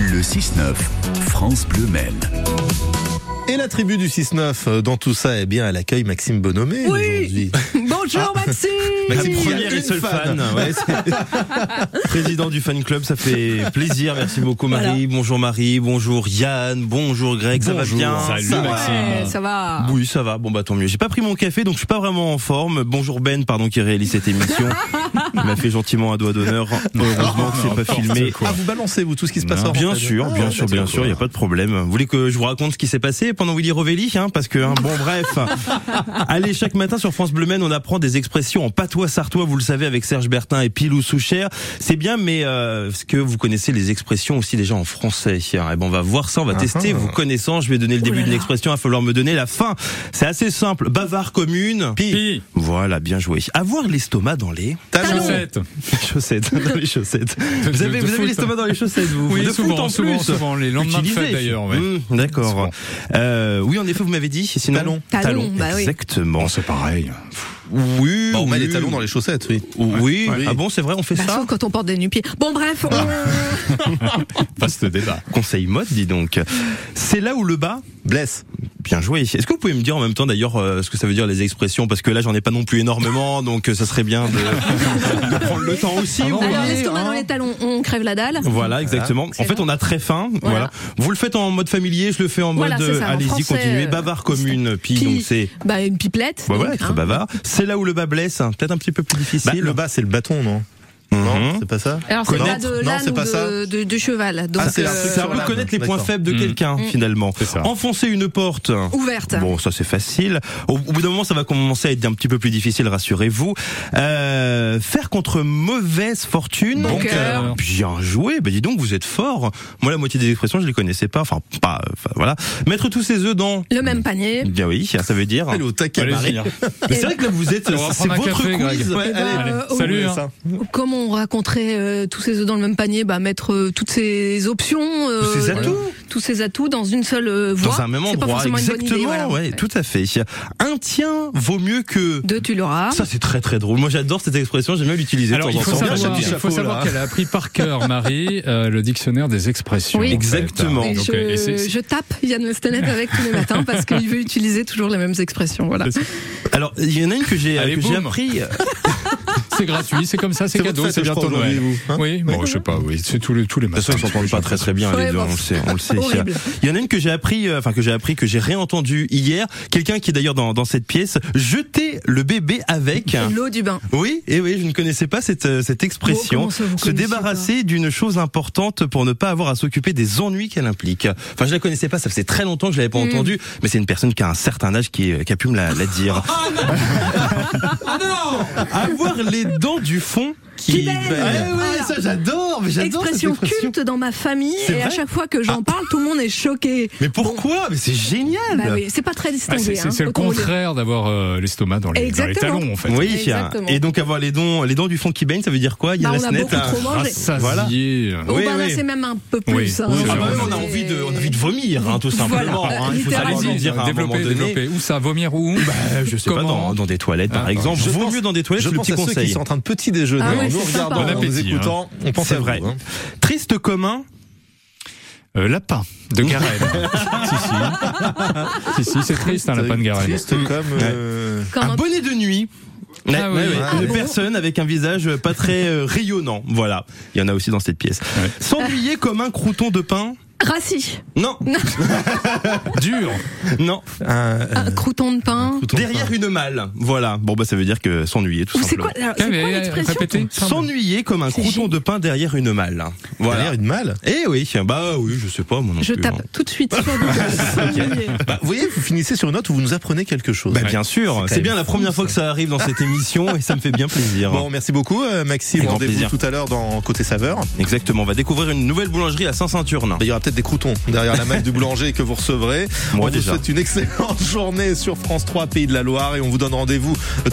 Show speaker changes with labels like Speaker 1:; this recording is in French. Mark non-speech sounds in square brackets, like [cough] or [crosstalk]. Speaker 1: Le 6-9, France Bleu Maine.
Speaker 2: Et la tribu du 6-9 euh, dans tout ça, eh bien, elle accueille Maxime Bonhomé aujourd'hui.
Speaker 3: Oui. Bonjour
Speaker 4: Ah.
Speaker 3: Maxime.
Speaker 2: Maxime, il
Speaker 3: Oui.
Speaker 2: y a
Speaker 4: Première et
Speaker 2: une
Speaker 4: seule
Speaker 2: fan.
Speaker 4: fan, ouais,
Speaker 2: [laughs]
Speaker 4: c'est- président du fan club, ça fait plaisir. Merci beaucoup Marie. Bonjour Marie, bonjour Yann, bonjour Greg, ça va
Speaker 2: Bonjour.
Speaker 4: bien.
Speaker 2: Salut,
Speaker 4: Ça va
Speaker 3: Ouais, ça va.
Speaker 4: oui, ça va. Bon bah tant mieux. J'ai pas pris mon café, donc je suis pas vraiment en forme. Bonjour Ben, pardon, qui réalise cette émission.
Speaker 2: [laughs]
Speaker 4: Il m'a fait gentiment un doigt d'honneur. Heureusement que c'est pas filmé.
Speaker 2: Ah, vous balancez, vous, tout ce qui se passe en
Speaker 4: Bien
Speaker 2: antenne.
Speaker 4: sûr,
Speaker 2: Ah,
Speaker 4: bien
Speaker 2: ouais,
Speaker 4: sûr, bien
Speaker 2: d'accord.
Speaker 4: sûr, il n'y a pas de problème. Vous voulez que je vous raconte ce qui s'est passé pendant Willy Rovelli hein, Parce que, hein, bon, bref.
Speaker 2: [laughs]
Speaker 4: Allez, chaque matin sur France Bleu Maine, on apprend des expressions en patois sartois, vous le savez, avec Serge Bertin et Pilou Souchère. C'est bien, mais euh, est-ce que vous connaissez les expressions aussi déjà en français hein Eh ben, on va voir ça, on va
Speaker 2: Ah,
Speaker 4: tester vos connaissances. Je vais donner le début
Speaker 3: là
Speaker 4: d'une
Speaker 3: là.
Speaker 4: expression, il va falloir me donner la fin. C'est assez simple. Bavard commune.
Speaker 5: Pi.
Speaker 4: Voilà, bien joué. Avoir l'estomac dans les
Speaker 2: Talons.
Speaker 5: Chaussettes.
Speaker 4: chaussettes. [laughs] Dans les chaussettes. Vous avez,
Speaker 5: de
Speaker 4: vous avez
Speaker 5: foot.
Speaker 4: l'estomac dans les chaussettes, vous
Speaker 5: Oui,
Speaker 4: de
Speaker 5: souvent,
Speaker 4: foot en
Speaker 5: souvent,
Speaker 4: plus.
Speaker 5: souvent, les lendemains de
Speaker 4: Utilisez.
Speaker 5: fête, d'ailleurs, ouais.
Speaker 4: Mmh, D'accord.
Speaker 5: Souvent.
Speaker 4: Euh, oui, en effet, vous m'avez dit. Sinon,
Speaker 2: Talons.
Speaker 3: Talons, bah oui.
Speaker 4: Exactement.
Speaker 5: c'est pareil.
Speaker 4: Oui.
Speaker 2: Bah, on met
Speaker 4: oui.
Speaker 2: les talons dans les chaussettes, oui.
Speaker 4: Oui.
Speaker 2: Ouais.
Speaker 4: Ah bon, c'est vrai, on fait
Speaker 3: Bah,
Speaker 4: ça. Ah.
Speaker 3: sauf quand on porte des nu-pieds. Bon bref, on-
Speaker 5: Vaste débat.
Speaker 4: Conseil mode, dis donc. C'est là où le bas.
Speaker 2: Blesse.
Speaker 4: Bien joué. Est-ce que vous pouvez me dire en même temps d'ailleurs euh, ce que ça veut dire les expressions Parce que là j'en ai pas non plus énormément, donc euh, ça serait bien de, de [laughs] prendre le temps aussi. vous
Speaker 3: alors
Speaker 4: voyez,
Speaker 3: l'estomac
Speaker 4: hein.
Speaker 3: dans les talons, on crève la dalle.
Speaker 4: Voilà, exactement. En
Speaker 3: Excellent.
Speaker 4: fait, on a très faim. Voilà.
Speaker 3: Voilà.
Speaker 4: Vous le faites en mode familier, je le fais en mode
Speaker 3: Voilà, c'est
Speaker 4: euh,
Speaker 3: ça, en
Speaker 4: allez-y,
Speaker 3: français,
Speaker 4: continuez.
Speaker 3: euh,
Speaker 4: Bavard commune, puis
Speaker 3: Pi.
Speaker 4: donc c'est.
Speaker 3: Bah une pipelette.
Speaker 4: Bah
Speaker 3: donc,
Speaker 4: voilà, être
Speaker 3: hein.
Speaker 4: bavard. C'est là où le bas blesse, hein. peut-être un petit peu plus
Speaker 2: Bah,
Speaker 4: difficile. Mhm.
Speaker 2: le bas, c'est le bâton, non
Speaker 4: Hum.
Speaker 2: Non, c'est pas ça
Speaker 3: Alors c'est pas
Speaker 2: Connaître.
Speaker 3: de
Speaker 2: Non,
Speaker 3: l'âne
Speaker 2: c'est
Speaker 3: ou
Speaker 2: pas ça.
Speaker 3: de, de- de cheval. Donc
Speaker 2: Ah, c'est la-
Speaker 3: euh,
Speaker 4: c'est un peu
Speaker 2: voilà.
Speaker 4: connaître les points
Speaker 2: D'accord. Mm.
Speaker 4: faibles de quelqu'un
Speaker 3: Mm.
Speaker 4: finalement.
Speaker 5: ça.
Speaker 4: Enfoncer une porte.
Speaker 3: ouverte.
Speaker 4: Bon, ça c'est facile. Au, au bout d'un moment, ça va commencer à être un petit peu plus difficile, rassurez-vous. Euh, faire contre mauvaise fortune.
Speaker 3: Bon
Speaker 4: Donc,
Speaker 3: cœur.
Speaker 4: euh, Bien joué. Bah, dis donc, vous êtes fort. Moi, la moitié des expressions, je les connaissais pas. Enfin, pas. Enfin, voilà. Mettre tous ses œufs dans.
Speaker 3: Le même panier.
Speaker 4: Bien oui, ça veut dire.
Speaker 2: Elle est au taquet, Marie.
Speaker 5: [laughs]
Speaker 4: Mais c'est vrai que là, vous êtes.
Speaker 5: euh, On va
Speaker 4: C'est
Speaker 5: prendre un
Speaker 4: votre
Speaker 5: café, Greg.
Speaker 4: quiz.
Speaker 3: Eh ben,
Speaker 5: allez.
Speaker 3: euh,
Speaker 5: Salut,
Speaker 2: Ouais,
Speaker 5: hein.
Speaker 2: ça.
Speaker 3: Comme on raconterait euh, tous ces œufs dans le même panier, bah, mettre euh, toutes ces options, euh,
Speaker 4: Tous ces atouts.
Speaker 3: tous ces atouts dans une seule euh, voie.
Speaker 4: Dans un même
Speaker 3: C'est pas
Speaker 4: endroit,
Speaker 3: forcément une bonne idée, voilà.
Speaker 4: exactement. ouais, tout à fait. Un tien vaut mieux que.
Speaker 3: Deux, tu l'auras.
Speaker 4: Ça, c'est très très drôle. Moi, j'adore cette expression. J'aime bien l'utiliser. de
Speaker 5: Alors,
Speaker 4: temps
Speaker 5: il
Speaker 4: en
Speaker 5: faut
Speaker 4: temps.
Speaker 5: savoir,
Speaker 2: bien, j'ai
Speaker 5: il
Speaker 2: du
Speaker 5: faut
Speaker 2: chapeau,
Speaker 5: savoir
Speaker 2: là.
Speaker 5: qu'elle a appris par cœur, Marie, euh, le dictionnaire des expressions.
Speaker 3: Oui.
Speaker 5: en fait.
Speaker 4: Exactement.
Speaker 3: Et
Speaker 5: Donc,
Speaker 3: je,
Speaker 5: euh, et c'est- c'est-
Speaker 3: je tape Yann Westenet avec tous les matins parce qu'il veut utiliser toujours les mêmes expressions. Voilà.
Speaker 4: Alors, il y en a une que j'ai
Speaker 5: Allez,
Speaker 4: que j'ai
Speaker 5: boum. [laughs]
Speaker 4: appris.
Speaker 5: c'est gratuit, c'est comme ça, c'est
Speaker 2: C'est
Speaker 5: cadeau,
Speaker 2: votre fête,
Speaker 5: c'est
Speaker 2: je
Speaker 5: bientôt
Speaker 2: crois,
Speaker 5: Noël.
Speaker 2: aujourd'hui, vous, hein
Speaker 5: oui, bon, je sais pas, oui, c'est tous les, tous les
Speaker 4: De toute
Speaker 5: matins.
Speaker 4: façon, ils s'entendent pas très très bien
Speaker 3: Ouais,
Speaker 4: les deux.
Speaker 3: bon.
Speaker 4: On le sait, on le sait.
Speaker 3: Horrible.
Speaker 4: Il y en a une que j'ai appris, euh, enfin que j'ai appris, que j'ai réentendu hier. Quelqu'un qui est d'ailleurs dans, dans cette pièce, jeter le bébé avec.
Speaker 3: [laughs] L'eau du bain.
Speaker 4: Oui, et oui, je ne connaissais pas cette, euh, cette
Speaker 3: Oh,
Speaker 4: expression.
Speaker 3: comment ça, vous
Speaker 4: se
Speaker 3: connaissez
Speaker 4: débarrasser d'une chose importante pour ne pas avoir à s'occuper des ennuis qu'elle implique. Enfin, je la connaissais pas, ça faisait très longtemps que je l'avais
Speaker 3: Mm.
Speaker 4: pas entendue, mais c'est une personne qui a un certain âge qui, est- qui a pu me la,
Speaker 3: [laughs]
Speaker 4: la dire.
Speaker 3: Ah,
Speaker 4: avoir les dents du fond qui,
Speaker 3: Qui baignent.
Speaker 4: Ouais, ouais,
Speaker 3: Ah Voilà.
Speaker 4: Ah ça j'adore, mais j'adore cette
Speaker 3: Expression
Speaker 4: expression.
Speaker 3: culte dans ma famille
Speaker 4: C'est
Speaker 3: et à
Speaker 4: vrai
Speaker 3: chaque fois que j'en parle, tout le monde est choqué.
Speaker 4: Mais pourquoi Mais c'est génial.
Speaker 3: Bah oui, c'est pas très
Speaker 5: Ah, c'est-
Speaker 3: distingué.
Speaker 5: c'est
Speaker 3: hein,
Speaker 5: c'est le
Speaker 3: autant vous dire.
Speaker 5: contraire d'avoir euh, l'estomac dans les, dans les
Speaker 3: Exactement.
Speaker 5: talons, en fait.
Speaker 4: Oui,
Speaker 3: Exactement.
Speaker 4: et donc avoir les dents, les dents du fond qui baignent, ça veut dire quoi Il y a
Speaker 3: Bah,
Speaker 4: la
Speaker 3: on a
Speaker 4: sonnette,
Speaker 3: beaucoup
Speaker 4: hein.
Speaker 3: trop
Speaker 5: Ah,
Speaker 3: mangé.
Speaker 5: Rassasié.
Speaker 3: Bon,
Speaker 4: Oui,
Speaker 3: bah, là,
Speaker 4: oui.
Speaker 3: c'est même un peu plus. hein.
Speaker 5: Oui, oui, c'est
Speaker 4: Ah
Speaker 5: vrai,
Speaker 4: bah oui,
Speaker 5: on
Speaker 4: on a envie de, on a envie de vomir, hein, tout
Speaker 3: Voilà,
Speaker 4: simplement. hein. Il faut
Speaker 3: littéralement.
Speaker 4: savoir le
Speaker 5: Allez-y,
Speaker 4: dire à un moment
Speaker 5: développez,
Speaker 4: donné.
Speaker 5: développez. Où ça, vomir où
Speaker 4: Euh, je sais
Speaker 5: Comment
Speaker 4: pas, dans, dans des toilettes par
Speaker 5: Ah,
Speaker 4: exemple.
Speaker 2: Je
Speaker 4: Vaut
Speaker 2: pense-
Speaker 4: mieux dans des toilettes,
Speaker 2: Je
Speaker 4: le
Speaker 2: pense
Speaker 4: petit
Speaker 2: à ceux qui
Speaker 4: conseil.
Speaker 2: sont en train de petit déjeuner,
Speaker 3: Ah ouais,
Speaker 2: en nous
Speaker 3: c'est sympa.
Speaker 2: regardant,
Speaker 3: Bon
Speaker 2: en nous
Speaker 5: appétit, hein.
Speaker 2: écoutant. On pense
Speaker 4: C'est
Speaker 2: à
Speaker 4: vrai.
Speaker 2: vous. hein.
Speaker 4: Triste commun.
Speaker 5: Euh, Lapin de Garenne.
Speaker 4: [laughs]
Speaker 5: si, si. Si, si, c'est triste, un lapin de Garenne.
Speaker 2: Triste comme. euh,
Speaker 3: Quand
Speaker 4: Un
Speaker 3: on-
Speaker 4: bonnet de nuit. Ouais,
Speaker 5: Ah oui,
Speaker 4: ouais,
Speaker 5: oui.
Speaker 4: ouais.
Speaker 2: Ah
Speaker 4: une
Speaker 3: bon
Speaker 4: personne avec un visage pas très euh, rayonnant. Voilà. Il y en a aussi dans cette pièce.
Speaker 5: Ouais.
Speaker 4: S'ennuyer comme un crouton de pain.
Speaker 3: Rassis,
Speaker 4: Non,
Speaker 5: Dur
Speaker 4: non.
Speaker 2: un-
Speaker 4: Ah.
Speaker 3: un crouton de pain.
Speaker 2: Crouton de
Speaker 4: Derrière une malle. Voilà. Bon bah ça veut dire que s'ennuyer tout
Speaker 3: Ou c'est
Speaker 4: simplement.
Speaker 3: quoi, alors, c'est quoi
Speaker 5: mais, euh,
Speaker 3: l'expression
Speaker 5: répétez.
Speaker 4: S'ennuyer comme un
Speaker 3: C'est
Speaker 4: crouton
Speaker 3: génial.
Speaker 4: de pain derrière une malle.
Speaker 2: Derrière
Speaker 4: Voilà.
Speaker 2: une malle.
Speaker 4: Eh oui, bah oui, je sais pas moi non
Speaker 3: Je
Speaker 4: plus, hein.
Speaker 3: tape tout de suite. sur Google. S'ennuyer.
Speaker 2: Bah, vous voyez, vous finissez sur une note où vous nous apprenez quelque chose.
Speaker 4: Ah. Bah bien sûr, c'est
Speaker 2: même
Speaker 4: bien la première fois que ça arrive dans cette émission et ça me fait bien plaisir.
Speaker 2: Bon, merci beaucoup, euh, Maxime.
Speaker 4: Avec grand
Speaker 2: Rendez-vous
Speaker 4: plaisir.
Speaker 2: tout à l'heure dans Côté Saveur.
Speaker 4: Exactement, on va découvrir une nouvelle boulangerie à Saint-Saturnin.
Speaker 2: Bah, Il y aura peut-être des croutons derrière la malle du boulanger que vous recevrez.
Speaker 4: Moi,
Speaker 2: on [laughs]
Speaker 4: déjà.
Speaker 2: vous souhaite une excellente journée sur France 3, Pays de la Loire, et on vous donne rendez-vous